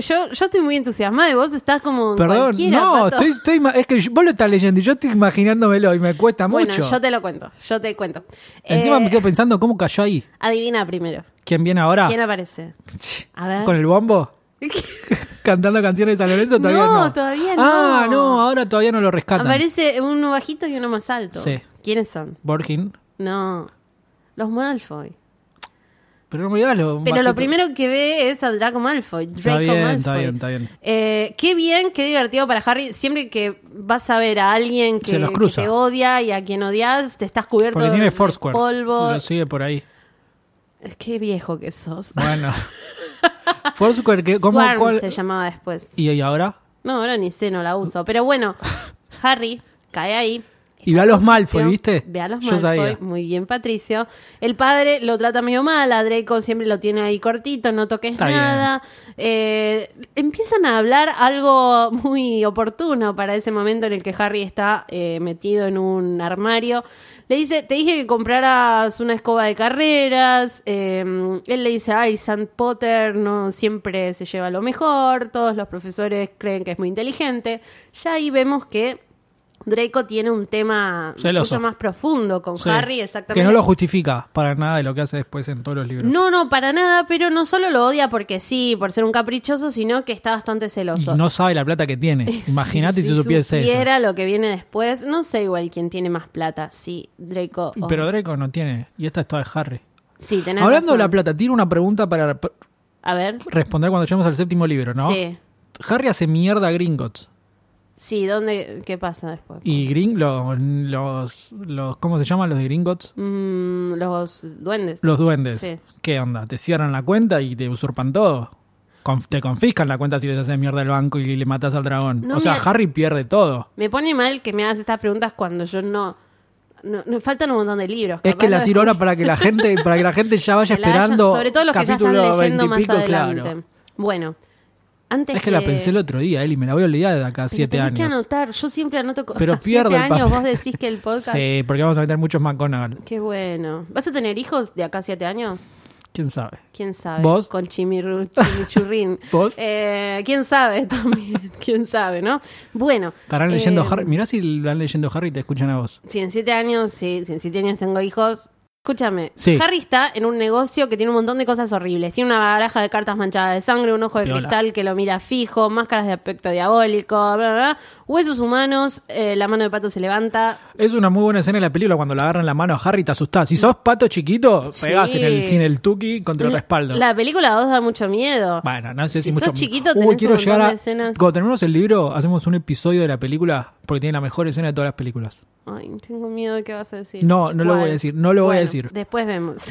Speaker 1: Yo, yo estoy muy entusiasmada y vos estás como. en
Speaker 2: Perdón,
Speaker 1: cualquiera,
Speaker 2: no,
Speaker 1: Pato.
Speaker 2: estoy, estoy ma- es que yo- vos lo estás leyendo y yo estoy imaginándomelo y me cuesta
Speaker 1: Bueno,
Speaker 2: mucho.
Speaker 1: yo te lo cuento, yo te cuento.
Speaker 2: Encima
Speaker 1: Eh,
Speaker 2: me quedo pensando cómo cayó ahí.
Speaker 1: Adivina primero.
Speaker 2: ¿Quién viene ahora?
Speaker 1: ¿Quién aparece? A ver.
Speaker 2: Ah. ¿Con el bombo? ¿Cantando canciones de San Lorenzo? Todavía no.
Speaker 1: No, todavía no.
Speaker 2: Ah, no, ahora todavía no lo rescatan.
Speaker 1: Aparece uno bajito y uno más alto.
Speaker 2: Sí.
Speaker 1: ¿Quiénes son?
Speaker 2: Borgin.
Speaker 1: No. Los Malfoy.
Speaker 2: Pero no me digas lo
Speaker 1: Pero
Speaker 2: bajito.
Speaker 1: lo primero que ve es a Draco Malfoy. Draco
Speaker 2: Está bien,
Speaker 1: Malfoy.
Speaker 2: está bien, está bien.
Speaker 1: Eh, qué bien, qué divertido para Harry. Siempre que vas a ver a alguien que,
Speaker 2: Se los
Speaker 1: que
Speaker 2: cruza.
Speaker 1: te odia y a quien odias, te estás cubierto
Speaker 2: Porque tiene
Speaker 1: de
Speaker 2: Foursquare.
Speaker 1: polvo.
Speaker 2: Lo sigue por ahí.
Speaker 1: Qué viejo que sos.
Speaker 2: Bueno. Foursquare, ¿qué- ¿cómo?
Speaker 1: Swarm
Speaker 2: cuál-
Speaker 1: se llamaba después.
Speaker 2: ¿Y, y ahora?
Speaker 1: No, ahora ni sé, no la uso. Pero bueno, Harry cae ahí.
Speaker 2: Y ve a los
Speaker 1: Malfo,
Speaker 2: Malfoy, ¿viste?
Speaker 1: Ve a los
Speaker 2: Yo
Speaker 1: Malfoy.
Speaker 2: sabía.
Speaker 1: Muy bien, Patricio. El padre lo trata medio mal. A Draco siempre lo tiene ahí cortito, no toques
Speaker 2: Está bien.
Speaker 1: nada. Eh, empiezan a hablar algo muy oportuno para ese momento en el que Harry está eh, metido en un armario. Le dice, te dije que compraras una escoba de carreras. Eh, él le dice, ay, Sam Potter no siempre se lleva lo mejor. Todos los profesores creen que es muy inteligente. Ya ahí vemos que Draco tiene un tema
Speaker 2: Celoso.
Speaker 1: mucho más profundo con
Speaker 2: Sí.
Speaker 1: Harry, exactamente.
Speaker 2: Que no lo justifica para nada de lo que hace después en todos los libros.
Speaker 1: No, no, para nada, pero no solo lo odia porque sí, por ser un caprichoso, sino que está bastante celoso.
Speaker 2: Y no sabe la plata que tiene. Imagínate si, supiese
Speaker 1: supiera lo que viene después, no sé igual quién tiene más plata, sí, Draco.
Speaker 2: eso.
Speaker 1: o-
Speaker 2: Pero Draco no tiene. Y esta es toda de Harry.
Speaker 1: sí, tenés
Speaker 2: Hablando de la
Speaker 1: razón.
Speaker 2: plata, tiene una pregunta para p-
Speaker 1: A ver.
Speaker 2: responder cuando lleguemos al séptimo libro, ¿no?
Speaker 1: Sí.
Speaker 2: Harry hace mierda a Gringotts.
Speaker 1: Sí, ¿dónde qué pasa después?
Speaker 2: Y Gring, los, los, los- ¿Cómo se llaman los de Gringotts?
Speaker 1: Mm, los duendes.
Speaker 2: Los duendes.
Speaker 1: Sí.
Speaker 2: ¿Qué onda? ¿Te cierran la cuenta y te usurpan todo? conf- te confiscan la cuenta si les haces mierda al banco y le matas al dragón.
Speaker 1: No
Speaker 2: o sea,
Speaker 1: me-
Speaker 2: Harry pierde todo.
Speaker 1: Me pone mal que me hagas estas preguntas cuando yo no. no, no- faltan un montón de libros.
Speaker 2: Es
Speaker 1: capaz
Speaker 2: que
Speaker 1: lo
Speaker 2: la tiro ahora
Speaker 1: descubrí.
Speaker 2: para que la gente, para que la gente ya vaya
Speaker 1: Que la hayan-
Speaker 2: esperando.
Speaker 1: sobre todo los que ya
Speaker 2: capítulo
Speaker 1: están leyendo
Speaker 2: 20 y
Speaker 1: más
Speaker 2: pico,
Speaker 1: adelante.
Speaker 2: claro.
Speaker 1: Bueno, antes
Speaker 2: Es que la pensé el otro día, Eli, me la voy a olvidar de acá a
Speaker 1: Pero
Speaker 2: siete
Speaker 1: tenés que
Speaker 2: años.
Speaker 1: anotar. Yo siempre anoto cosas.
Speaker 2: Pero pierdo
Speaker 1: siete
Speaker 2: el
Speaker 1: años
Speaker 2: papel.
Speaker 1: vos decís que el podcast.
Speaker 2: Sí, porque vamos a meter muchos McGonagall.
Speaker 1: Qué bueno. ¿Vas a tener hijos de acá a siete años?
Speaker 2: ¿Quién sabe?
Speaker 1: ¿Quién sabe?
Speaker 2: ¿Vos?
Speaker 1: Con chimirru- chimichurrín.
Speaker 2: ¿Vos?
Speaker 1: Eh, ¿Quién sabe también? ¿Quién sabe, no? Bueno.
Speaker 2: Estarán leyendo
Speaker 1: eh,
Speaker 2: Harry. Mirá si van leyendo Harry y te escuchan a vos.
Speaker 1: Si en siete años, sí, si en siete años tengo hijos. Escúchame,
Speaker 2: Sí.
Speaker 1: Harry está en un negocio que tiene un montón de cosas horribles. Tiene una baraja de cartas manchadas de sangre, un ojo de
Speaker 2: Piola.
Speaker 1: cristal que lo mira fijo, máscaras de aspecto diabólico, bla, bla, bla. huesos humanos, eh, la mano de pato se levanta.
Speaker 2: Es una muy buena escena en la película cuando le agarran la mano a Harry y te asustás. Si sos pato chiquito,
Speaker 1: Sí.
Speaker 2: pegás en el, sin el tuki contra el respaldo.
Speaker 1: La película 2 da mucho miedo.
Speaker 2: Bueno, no sé si,
Speaker 1: Si
Speaker 2: mucho.
Speaker 1: sos chiquito,
Speaker 2: Uy,
Speaker 1: tenés un
Speaker 2: quiero
Speaker 1: montón
Speaker 2: llegar a-
Speaker 1: de escenas.
Speaker 2: Cuando terminemos el libro, hacemos un episodio de la película porque tiene la mejor escena de todas las películas.
Speaker 1: Ay, tengo miedo de qué vas a decir.
Speaker 2: No, no lo
Speaker 1: ¿Cuál?
Speaker 2: voy a decir, no lo voy a
Speaker 1: Bueno,
Speaker 2: decir.
Speaker 1: Después vemos.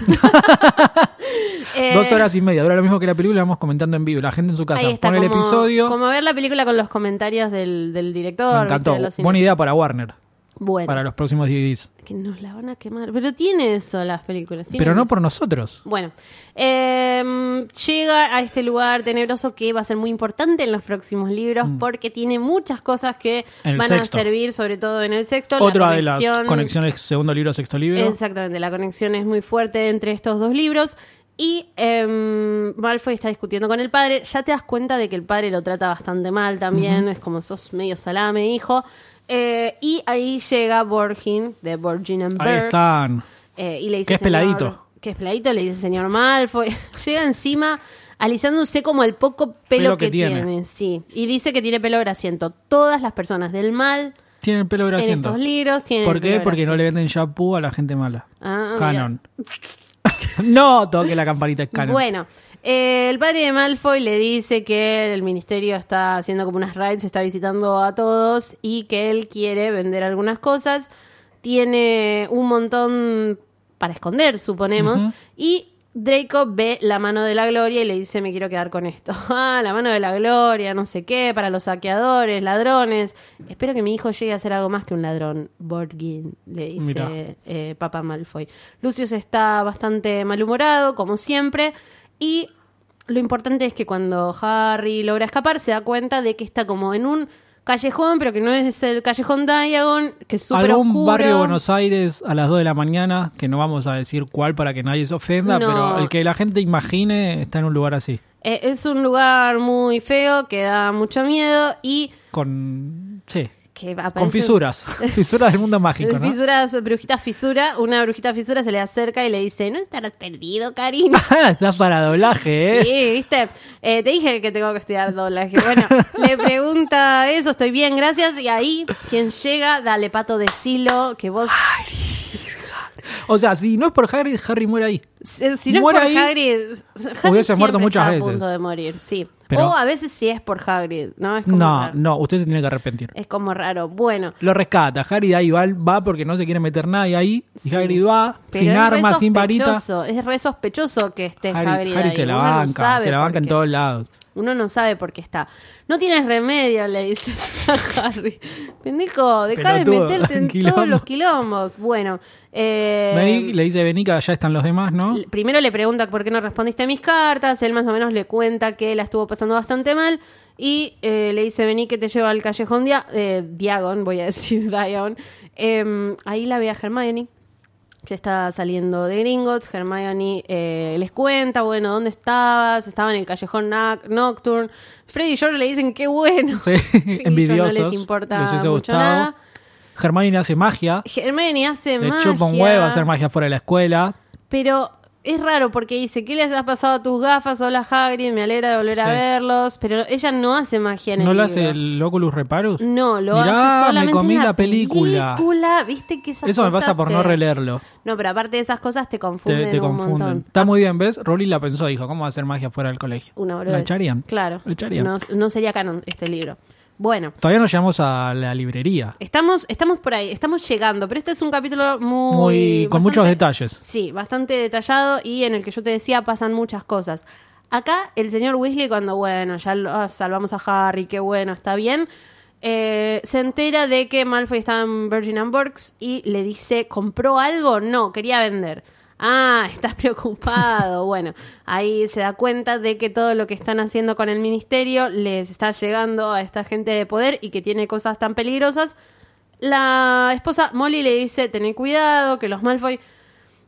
Speaker 1: Eh,
Speaker 2: Dos horas y media, dura lo mismo que la película, vamos comentando en vivo. La gente en su casa
Speaker 1: Ahí está,
Speaker 2: pone el
Speaker 1: como,
Speaker 2: episodio.
Speaker 1: como ver la película con los comentarios del, del director.
Speaker 2: Me
Speaker 1: ¿viste?
Speaker 2: encantó.
Speaker 1: De los cine-
Speaker 2: Buena idea para Warner,
Speaker 1: Bueno,
Speaker 2: para los próximos DVDs.
Speaker 1: que nos la van a quemar. Pero tiene eso las películas. tiene
Speaker 2: Pero no
Speaker 1: eso.
Speaker 2: por nosotros.
Speaker 1: Bueno, em, llega a este lugar tenebroso que va a ser muy importante en los próximos libros porque tiene muchas cosas que
Speaker 2: Mm. En el
Speaker 1: van
Speaker 2: sexto.
Speaker 1: a servir, sobre todo en el sexto. la
Speaker 2: Otra de las
Speaker 1: conexión-
Speaker 2: conexiones, segundo libro, sexto libro.
Speaker 1: Exactamente, la conexión es muy fuerte entre estos dos libros. Y em, Malfoy está discutiendo con el padre. Ya te das cuenta de que el padre lo trata bastante mal también. Es como sos medio salame, hijo. Eh, y ahí llega Borgin, de Borgin and
Speaker 2: Ahí
Speaker 1: Burke.
Speaker 2: están.
Speaker 1: Eh, y le dice
Speaker 2: Que es
Speaker 1: "Señor",
Speaker 2: peladito.
Speaker 1: Que es peladito, le dice señor Malfoy. Llega encima alisándose como el poco pelo,
Speaker 2: Pelo que
Speaker 1: que,
Speaker 2: tiene.
Speaker 1: tiene. sí. Y dice que tiene pelo grasiento. Todas las personas del mal
Speaker 2: Tiene el pelo
Speaker 1: en
Speaker 2: grasiento.
Speaker 1: estos libros tienen
Speaker 2: ¿Por
Speaker 1: el
Speaker 2: qué?
Speaker 1: pelo
Speaker 2: Porque no
Speaker 1: grasiento.
Speaker 2: le venden shampoo a la gente mala.
Speaker 1: Ah,
Speaker 2: Canon. no toque la campanita, es canon.
Speaker 1: Bueno, eh, el padre de Malfoy le dice que el ministerio está haciendo como unas raids, está visitando a todos y que él quiere vender algunas cosas. Tiene un montón para esconder, suponemos.
Speaker 2: Ujú.
Speaker 1: Y Draco ve la mano de la gloria y le dice, me quiero quedar con esto. Ah, la mano de la gloria, no sé qué, para los saqueadores, ladrones. Espero que mi hijo llegue a ser algo más que un ladrón. Borgin, le dice
Speaker 2: Mirá.
Speaker 1: eh, Papá Malfoy. Lucius está bastante malhumorado, como siempre, y lo importante es que cuando Harry logra escapar se da cuenta de que está como en un callejón, pero que no es el callejón Diagon, que es súper
Speaker 2: Algún
Speaker 1: oscuro.
Speaker 2: barrio de Buenos Aires a las 2 de la mañana, que no vamos a decir cuál para que nadie se ofenda,
Speaker 1: No.
Speaker 2: pero el que la gente imagine está en un lugar así,
Speaker 1: Eh, es un lugar muy feo que da mucho miedo y
Speaker 2: con sí,
Speaker 1: que aparece...
Speaker 2: con fisuras, fisuras del mundo mágico, ¿no?
Speaker 1: Fisuras, brujita fisura, una brujita fisura se le acerca y le dice, no estarás perdido, cariño.
Speaker 2: Estás Ah, para doblaje, ¿eh?
Speaker 1: Sí, viste. Eh, te dije que tengo que estudiar doblaje. Bueno, le pregunta eso, estoy bien, gracias. Y ahí, quien llega, dale pato de silo, que vos.
Speaker 2: O sea, si no es por Harry, Harry muere ahí.
Speaker 1: eh, Si si no es por
Speaker 2: muere ahí,
Speaker 1: Hagrid, Hagrid
Speaker 2: hubiese
Speaker 1: siempre
Speaker 2: muerto muchas
Speaker 1: está
Speaker 2: veces.
Speaker 1: a punto de morir, sí.
Speaker 2: Pero-
Speaker 1: o a veces sí es por Hagrid, ¿no? Es como
Speaker 2: No,
Speaker 1: raro.
Speaker 2: no, usted se tiene que arrepentir.
Speaker 1: Es como raro. Bueno,
Speaker 2: Lo rescata, Harry de ahí va, va porque no se quiere meter nadie ahí, y
Speaker 1: Sí.
Speaker 2: Harry va,
Speaker 1: pero
Speaker 2: sin
Speaker 1: es re
Speaker 2: armas, sin varita.
Speaker 1: sospechoso, Es re sospechoso que esté
Speaker 2: Harry,
Speaker 1: Hagrid.
Speaker 2: Harry
Speaker 1: ahí.
Speaker 2: se la
Speaker 1: Uno no
Speaker 2: banca,
Speaker 1: sabe
Speaker 2: se la
Speaker 1: por
Speaker 2: banca en
Speaker 1: qué.
Speaker 2: todos lados.
Speaker 1: Uno no sabe por qué está. No tienes remedio, le dice a Harry. Pendejo, deja de
Speaker 2: Pelotudo,
Speaker 1: meterte en
Speaker 2: quilombo.
Speaker 1: todos los quilombos. Bueno, eh,
Speaker 2: Vení, le dice Venica, ya están los demás, ¿no?
Speaker 1: l- primero le pregunta por qué no respondiste a mis cartas. Él más o menos le cuenta que la estuvo pasando bastante mal. Y eh, le dice, vení que te lleva al callejón Dia- eh, Diagon, voy a decir Diagon. Em, ahí la ve a Hermione que está saliendo de Gringotts. Hermione eh, les cuenta, bueno, ¿dónde estabas? Estaba en el callejón Noc- Nocturne. Freddy y George le dicen, qué bueno.
Speaker 2: Sí,
Speaker 1: Y yo
Speaker 2: envidiosos.
Speaker 1: No les importa
Speaker 2: les hubiese
Speaker 1: mucho
Speaker 2: gustado.
Speaker 1: nada.
Speaker 2: Hermione hace magia.
Speaker 1: Hermione hace
Speaker 2: Le
Speaker 1: magia.
Speaker 2: chupa un huevo hacer magia fuera de la escuela.
Speaker 1: Pero es raro porque dice, ¿qué les has pasado a tus gafas? Hola Hagrid, me alegra de volver
Speaker 2: Sí.
Speaker 1: a verlos. Pero ella no hace magia en el
Speaker 2: ¿No lo hace
Speaker 1: libro.
Speaker 2: el Oculus Reparus?
Speaker 1: No, lo
Speaker 2: Mirá,
Speaker 1: hace solamente
Speaker 2: me comí
Speaker 1: en la,
Speaker 2: la película.
Speaker 1: película. ¿Viste que esas
Speaker 2: Eso me
Speaker 1: cosas
Speaker 2: pasa por
Speaker 1: te-
Speaker 2: no releerlo.
Speaker 1: No, pero aparte de esas cosas te
Speaker 2: Te,
Speaker 1: confunden
Speaker 2: te
Speaker 1: un
Speaker 2: confunden.
Speaker 1: montón.
Speaker 2: Está muy bien, ¿ves? Rowling la pensó, dijo, ¿cómo va a hacer magia fuera del colegio?
Speaker 1: Una
Speaker 2: La
Speaker 1: boludez.
Speaker 2: echarían.
Speaker 1: Claro.
Speaker 2: La echarían.
Speaker 1: No, no sería canon este libro. Bueno,
Speaker 2: Todavía no llegamos a la librería.
Speaker 1: estamos, estamos por ahí, estamos llegando, pero este es un capítulo muy.
Speaker 2: Muy- con muchos detalles.
Speaker 1: Sí, bastante detallado y en el que yo te decía pasan muchas cosas. Acá el señor Weasley, cuando, bueno, ya lo- ah, salvamos a Harry, qué bueno, está bien, eh, se entera de que Malfoy está en Virgin and Burks y le dice, ¿compró algo? No, quería vender. Ah, estás preocupado. Bueno, ahí se da cuenta de que todo lo que están haciendo con el ministerio les está llegando a esta gente de poder y que tiene cosas tan peligrosas. La esposa Molly le dice, tené cuidado, que los Malfoy,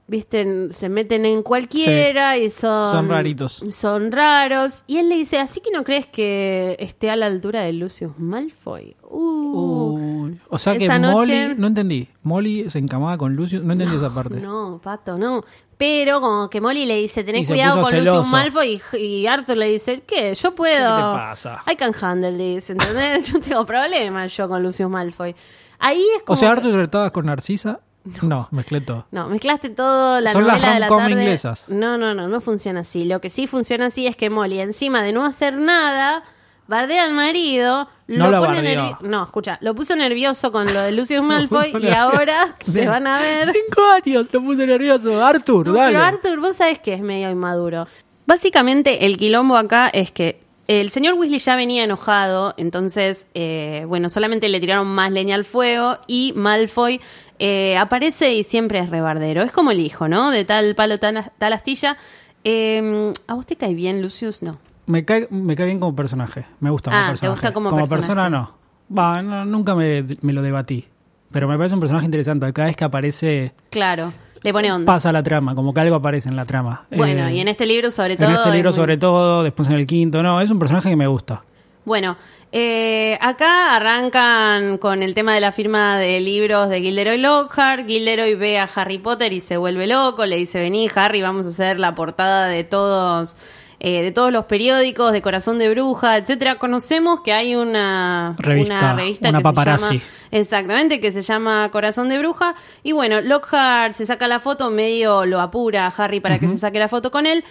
Speaker 1: viste, se meten en cualquiera y son...
Speaker 2: Son raritos.
Speaker 1: Son raros. Y él le dice, así que no crees que esté a la altura de Lucius Malfoy. Uh,
Speaker 2: Uy. O sea que
Speaker 1: Esa noche-
Speaker 2: Molly, no entendí. Molly se encamaba con Lucio, no entendí esa parte.
Speaker 1: No, pato, no. Pero como que Molly le dice,
Speaker 2: Y
Speaker 1: tenés
Speaker 2: se
Speaker 1: cuidado
Speaker 2: puso
Speaker 1: con Lucius
Speaker 2: celoso.
Speaker 1: Malfoy y, y Arthur le dice, ¿qué? Yo puedo.
Speaker 2: ¿Qué te pasa?
Speaker 1: I can handle this, ¿entendés? yo tengo problemas yo con Lucius Malfoy. Ahí es como...
Speaker 2: O sea,
Speaker 1: que-
Speaker 2: Arthur estaba con Narcisa. No, mezclé todo.
Speaker 1: No, mezclaste todo la
Speaker 2: Son las
Speaker 1: novela de la
Speaker 2: rom-com
Speaker 1: tarde.
Speaker 2: inglesas.
Speaker 1: No, no, no, no funciona así. Lo que sí funciona así es que Molly, encima de no hacer nada, bardea al marido,
Speaker 2: No
Speaker 1: lo
Speaker 2: lo
Speaker 1: pone
Speaker 2: bardeó.
Speaker 1: nervioso. No, escucha, lo puso nervioso con lo de Lucius Malfoy
Speaker 2: puso
Speaker 1: y
Speaker 2: nervioso.
Speaker 1: ahora se van a ver.
Speaker 2: Cinco años, lo puse nervioso. Arthur,
Speaker 1: No,
Speaker 2: dale.
Speaker 1: pero Arthur, vos sabés que es medio inmaduro. Básicamente, el quilombo acá es que el señor Weasley ya venía enojado, entonces, eh, bueno, solamente le tiraron más leña al fuego y Malfoy eh, aparece y siempre es rebardero. Es como el hijo, ¿no? De tal palo, tal, tal astilla. Eh, ¿A vos te cae bien, Lucius? No.
Speaker 2: me, cae, me cae bien como personaje. Me gusta
Speaker 1: Ah,
Speaker 2: como
Speaker 1: ¿te
Speaker 2: personaje.
Speaker 1: gusta como
Speaker 2: persona no. Va, no- nunca me, me lo debatí. Pero me parece un personaje interesante. Cada vez que aparece,
Speaker 1: Claro, le pone onda.
Speaker 2: pasa la trama. Como que algo aparece en la trama.
Speaker 1: bueno,
Speaker 2: Eh,
Speaker 1: y en este libro sobre
Speaker 2: en
Speaker 1: todo...
Speaker 2: este
Speaker 1: es
Speaker 2: libro
Speaker 1: muy-
Speaker 2: sobre todo, después en el quinto. No, es un personaje que me gusta.
Speaker 1: Bueno, eh, acá arrancan con el tema de la firma de libros de Gilderoy Lockhart. Gilderoy ve a Harry Potter y se vuelve loco. Le dice, vení Harry, vamos a hacer la portada de todos, eh, de todos los periódicos, de Corazón de Bruja, etcétera. Conocemos que hay una
Speaker 2: Revista,
Speaker 1: una, revista
Speaker 2: una
Speaker 1: que se
Speaker 2: paparazzi.
Speaker 1: llama Exactamente, que se llama Corazón de Bruja. Y bueno, Lockhart se saca la foto, medio lo apura a Harry para que se saque la foto con él.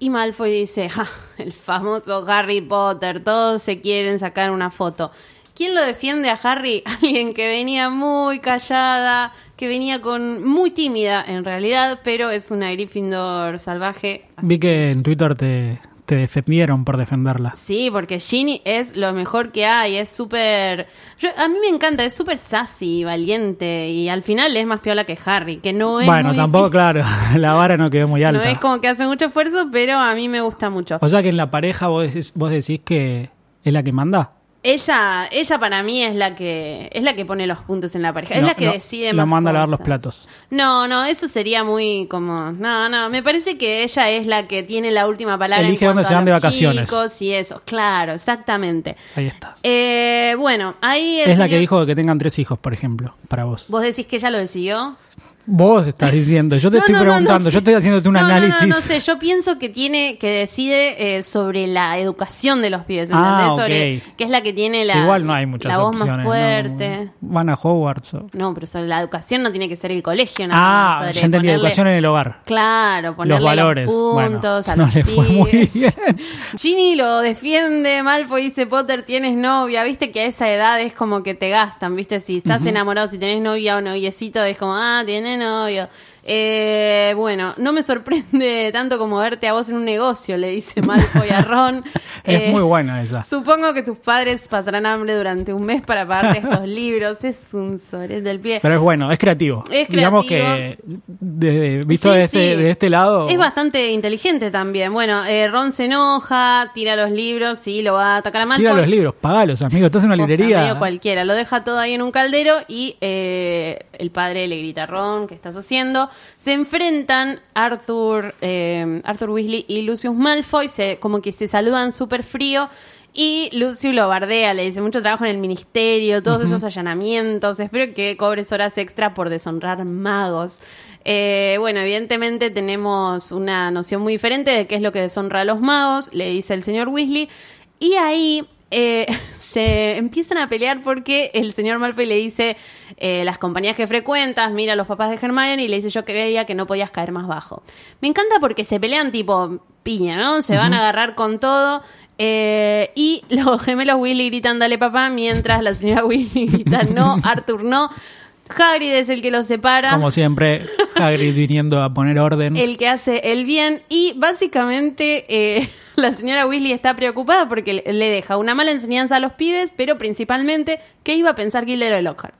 Speaker 1: Y Malfoy dice, "Ja, el famoso Harry Potter, todos se quieren sacar una foto. ¿Quién lo defiende a Harry? Alguien que venía muy callada, que venía con muy tímida en realidad, pero es una Gryffindor salvaje. Así-
Speaker 2: Vi que en Twitter te, te defendieron por defenderla.
Speaker 1: Sí, porque Ginny es lo mejor que hay, es súper... yo- A mí me encanta, es súper sassy y valiente y al final es más piola que Harry, que no es...
Speaker 2: bueno,
Speaker 1: muy
Speaker 2: tampoco,
Speaker 1: difícil.
Speaker 2: claro, la vara no quedó muy alta.
Speaker 1: No es como que hace mucho esfuerzo, pero a mí me gusta mucho.
Speaker 2: O sea que en la pareja vos decís, vos decís que es la que manda.
Speaker 1: Ella, ella para mí es la que es la que pone los puntos en la pareja, es
Speaker 2: No,
Speaker 1: la que
Speaker 2: no,
Speaker 1: decide
Speaker 2: lo
Speaker 1: más
Speaker 2: manda a lavar
Speaker 1: cosas.
Speaker 2: los platos.
Speaker 1: No, no, eso sería muy como, no, no, me parece que ella es la que tiene la última palabra
Speaker 2: Elige
Speaker 1: en cuanto
Speaker 2: dónde se
Speaker 1: a
Speaker 2: van de
Speaker 1: los
Speaker 2: vacaciones.
Speaker 1: chicos y eso, claro, exactamente.
Speaker 2: Ahí está.
Speaker 1: Eh, bueno, ahí el
Speaker 2: Es la que
Speaker 1: señor-
Speaker 2: dijo que tengan tres hijos, por ejemplo, para vos.
Speaker 1: Vos decís que ella lo decidió.
Speaker 2: Vos estás diciendo, yo te
Speaker 1: No,
Speaker 2: estoy
Speaker 1: no, no, no
Speaker 2: preguntando,
Speaker 1: sé.
Speaker 2: yo estoy haciéndote un
Speaker 1: No, no, no,
Speaker 2: análisis.
Speaker 1: No, sé, yo pienso que tiene, que decide eh, sobre la educación de los pibes, ¿entendés?
Speaker 2: Ah,
Speaker 1: Sobre
Speaker 2: ok.
Speaker 1: que es la que tiene la,
Speaker 2: Igual no hay muchas
Speaker 1: la voz
Speaker 2: opciones,
Speaker 1: más
Speaker 2: ¿no?
Speaker 1: fuerte.
Speaker 2: Van a Hogwarts. o-
Speaker 1: No, pero sobre la educación no tiene que ser el colegio. nada más,
Speaker 2: Ah,
Speaker 1: sobre
Speaker 2: ya entendí,
Speaker 1: ponerle-
Speaker 2: educación en el hogar.
Speaker 1: Claro, ponerle
Speaker 2: Los
Speaker 1: los
Speaker 2: valores. Bueno,
Speaker 1: puntos a
Speaker 2: no
Speaker 1: los
Speaker 2: le fue muy
Speaker 1: pibes.
Speaker 2: bien.
Speaker 1: Ginny lo defiende, Malfoy dice, Potter, tienes novia. Viste que a esa edad es como que te gastan, viste, si estás enamorado, si tenés novia o noviecito, es como, ah, tiene novio. Eh, bueno, no me sorprende tanto como verte a vos en un negocio, le dice Malfoy a Ron.
Speaker 2: Es
Speaker 1: Eh,
Speaker 2: muy buena esa.
Speaker 1: Supongo que tus padres pasarán hambre durante un mes para pagarte estos libros. Es un sobre del pie.
Speaker 2: Pero es bueno, es creativo.
Speaker 1: Es
Speaker 2: Digamos que,
Speaker 1: creativo.
Speaker 2: de- visto
Speaker 1: Sí,
Speaker 2: de, este,
Speaker 1: sí.
Speaker 2: de este lado,
Speaker 1: Es bastante inteligente también. Bueno, eh, Ron se enoja, tira los libros y lo va a atacar a Malfoy.
Speaker 2: tira los libros, pagalos, amigo. Estás en una
Speaker 1: Posta,
Speaker 2: librería.
Speaker 1: medio cualquiera. Lo deja todo ahí en un caldero y eh, el padre le grita Ron, ¿qué estás haciendo? Se enfrentan Arthur, eh, Arthur Weasley y Lucius Malfoy, se, como que se saludan súper frío. Y Lucius lo bardea, le dice mucho trabajo en el ministerio, todos esos allanamientos, espero que cobres horas extra por deshonrar magos. Eh, bueno, evidentemente tenemos una noción muy diferente de qué es lo que deshonra a los magos, le dice el señor Weasley. Y ahí eh, se empiezan a pelear porque el señor Malfoy le dice eh, las compañías que frecuentas, mira a los papás de Hermione y le dice yo creía que no podías caer más bajo. Me encanta porque se pelean tipo piña, ¿no? Se van a agarrar con todo. eh, y los gemelos Willy gritan dale papá, mientras la señora Willy grita no, Arthur no. Hagrid es el que los separa.
Speaker 2: Como siempre, Hagrid viniendo a poner orden.
Speaker 1: El que hace el bien. Y básicamente eh, la señora Weasley está preocupada porque le- le deja una mala enseñanza a los pibes, pero principalmente que iba a pensar Guillermo Lockhart.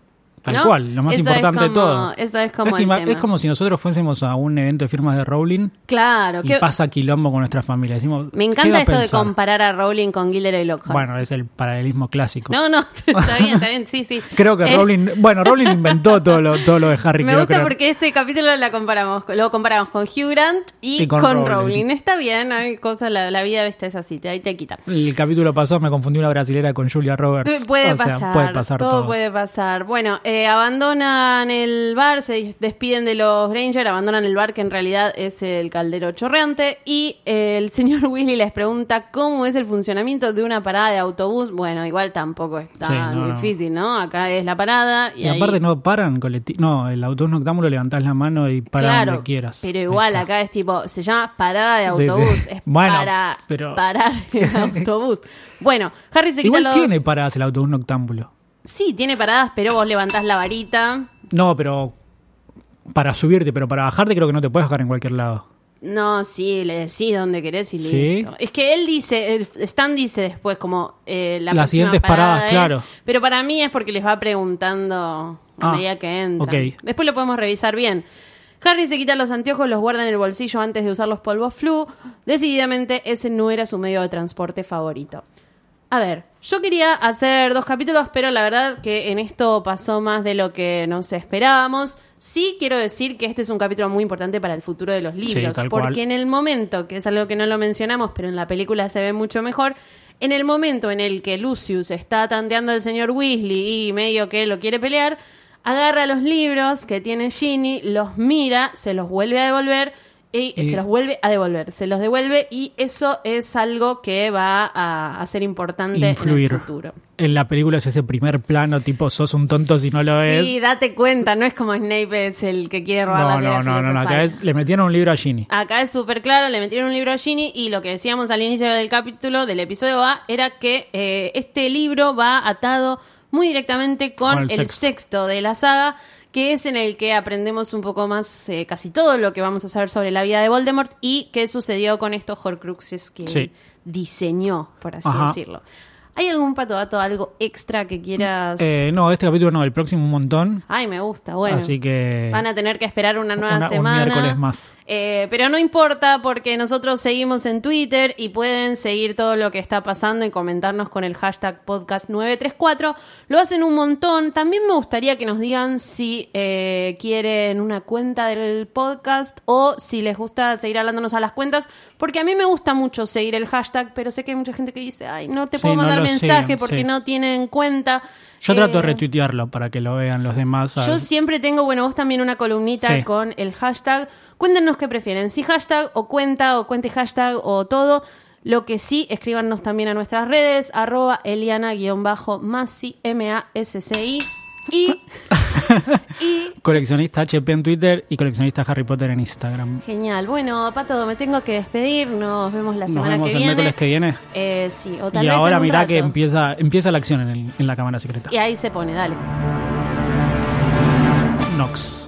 Speaker 2: Tal
Speaker 1: ¿No?
Speaker 2: cual, lo más
Speaker 1: Eso es
Speaker 2: importante de
Speaker 1: como-
Speaker 2: todo.
Speaker 1: Eso es como.
Speaker 2: Es que
Speaker 1: el
Speaker 2: ima-
Speaker 1: tema.
Speaker 2: es como si nosotros fuésemos a un evento de firmas de Rowling
Speaker 1: Claro,
Speaker 2: y
Speaker 1: que-
Speaker 2: pasa quilombo con nuestra familia. Decimos,
Speaker 1: me
Speaker 2: ¿qué va
Speaker 1: encanta
Speaker 2: a
Speaker 1: esto de
Speaker 2: pensar?
Speaker 1: comparar a Rowling con Guillermo Lockhart.
Speaker 2: Bueno, es el paralelismo clásico.
Speaker 1: No, no, está bien, está bien, sí, sí.
Speaker 2: Creo que
Speaker 1: Eh,
Speaker 2: Rowling, bueno, Rowling inventó todo lo, todo lo de Harry.
Speaker 1: Me
Speaker 2: quiero
Speaker 1: gusta
Speaker 2: creer.
Speaker 1: porque este capítulo la comparamos, lo comparamos con Hugh Grant y,
Speaker 2: Y
Speaker 1: con, Rowling.
Speaker 2: con Rowling.
Speaker 1: Está bien, hay cosas, la, la vida viste, es así, te, ahí te quita.
Speaker 2: El capítulo pasado me confundí una brasilera con Julia Roberts.
Speaker 1: Puede
Speaker 2: O sea,
Speaker 1: pasar,
Speaker 2: puede pasar
Speaker 1: todo,
Speaker 2: todo.
Speaker 1: puede pasar. Bueno, eh, abandonan el bar, se dis- despiden de los Granger, abandonan el bar que en realidad es el caldero chorreante y eh, el señor Willy les pregunta cómo es el funcionamiento de una parada de autobús. Bueno, igual tampoco es tan
Speaker 2: Sí, no, no.
Speaker 1: difícil, ¿no? Acá es la parada y,
Speaker 2: Y
Speaker 1: ahí-
Speaker 2: aparte no paran colectivo. No, el autobús noctámbulo levantás la mano y para donde quieras.
Speaker 1: Pero igual
Speaker 2: Ahí está.
Speaker 1: acá es tipo, se llama parada de
Speaker 2: Sí, sí.
Speaker 1: autobús, es
Speaker 2: Bueno,
Speaker 1: para
Speaker 2: pero-
Speaker 1: parar el autobús. Bueno, Harry se quita
Speaker 2: Igual
Speaker 1: los...
Speaker 2: tiene paradas el autobús noctámbulo.
Speaker 1: Sí, tiene paradas, pero vos levantás la varita.
Speaker 2: No, pero para subirte, pero para bajarte creo que no te puedes bajar en cualquier lado.
Speaker 1: No, sí, le decís donde querés y
Speaker 2: Sí.
Speaker 1: listo. Es que él dice, el Stan dice después como eh, la
Speaker 2: Las
Speaker 1: próxima
Speaker 2: siguientes paradas,
Speaker 1: parada es-
Speaker 2: claro.
Speaker 1: Pero para mí es porque les va preguntando a
Speaker 2: Ah,
Speaker 1: medida que entran.
Speaker 2: ok.
Speaker 1: Después lo podemos revisar bien. Harry se quita los anteojos, los guarda en el bolsillo antes de usar los polvos flu. Decididamente ese no era su medio de transporte favorito. A ver, yo quería hacer dos capítulos, pero la verdad que en esto pasó más de lo que nos esperábamos. Sí quiero decir que este es un capítulo muy importante para el futuro de los libros,
Speaker 2: tal
Speaker 1: porque
Speaker 2: cual.
Speaker 1: en el momento, que es algo que no lo mencionamos, pero en la película se ve mucho mejor, en el momento en el que Lucius está tanteando al señor Weasley y medio que lo quiere pelear, agarra los libros que tiene Ginny, los mira, se los vuelve a devolver y, eh,
Speaker 2: Y-
Speaker 1: se los vuelve a devolver, se los devuelve y eso es algo que va a, a ser importante
Speaker 2: Influir.
Speaker 1: en el futuro.
Speaker 2: En la película es ese primer plano, tipo, sos un tonto si no lo es.
Speaker 1: Sí, date cuenta, no es como Snape es el que quiere robar la
Speaker 2: No,
Speaker 1: piedra
Speaker 2: no, no, no, no.
Speaker 1: filosofal.
Speaker 2: Acá es- le metieron un libro a Ginny.
Speaker 1: Acá es súper claro, le metieron un libro a Ginny y lo que decíamos al inicio del capítulo, del episodio A, era que eh, este libro va atado muy directamente con,
Speaker 2: Con
Speaker 1: el,
Speaker 2: el
Speaker 1: sexto.
Speaker 2: sexto.
Speaker 1: de la saga, que es en el que aprendemos un poco más eh, casi todo lo que vamos a saber sobre la vida de Voldemort y qué sucedió con estos Horcruxes que
Speaker 2: Sí.
Speaker 1: diseñó, por así
Speaker 2: Ajá.
Speaker 1: decirlo. ¿Hay algún pato dato, algo extra que quieras?
Speaker 2: Eh, no, este capítulo no, el próximo un montón.
Speaker 1: Ay, me gusta, bueno.
Speaker 2: Así que.
Speaker 1: Van a tener que esperar una nueva
Speaker 2: Eh, Una- un
Speaker 1: semana.
Speaker 2: miércoles más.
Speaker 1: Eh, pero no importa porque nosotros seguimos en Twitter y pueden seguir todo lo que está pasando y comentarnos con el hashtag podcast934. Lo hacen un montón. También me gustaría que nos digan si eh, quieren una cuenta del podcast o si les gusta seguir hablándonos a las cuentas. Porque a mí me gusta mucho seguir el hashtag, pero sé que hay mucha gente que dice, ay, no te
Speaker 2: Sí,
Speaker 1: puedo
Speaker 2: no
Speaker 1: mandar
Speaker 2: lo
Speaker 1: mensaje
Speaker 2: siguen,
Speaker 1: porque
Speaker 2: sí.
Speaker 1: no tienen cuenta.
Speaker 2: Yo
Speaker 1: Eh,
Speaker 2: trato de retuitearlo para que lo vean los demás.
Speaker 1: yo
Speaker 2: ¿sabes?
Speaker 1: siempre tengo, bueno, vos también una columnita
Speaker 2: Sí.
Speaker 1: con el hashtag. Cuéntenos qué prefieren, si hashtag o cuenta o cuente hashtag o todo. Lo que sí, escríbanos también a nuestras redes, arroba eliana-masi, M-A-S-C-I. Y, y,
Speaker 2: Coleccionista HP en Twitter y coleccionista Harry Potter en Instagram.
Speaker 1: genial. Bueno, Pato, me tengo que despedir. Nos vemos la
Speaker 2: Nos
Speaker 1: semana
Speaker 2: vemos
Speaker 1: que
Speaker 2: el
Speaker 1: viene.
Speaker 2: miércoles que viene.
Speaker 1: Eh, sí, o tal
Speaker 2: Y
Speaker 1: vez en
Speaker 2: ahora
Speaker 1: un
Speaker 2: mirá que
Speaker 1: rato.
Speaker 2: empieza, empieza la acción en, el- en la cámara secreta.
Speaker 1: Y ahí se pone, dale.
Speaker 2: Nox.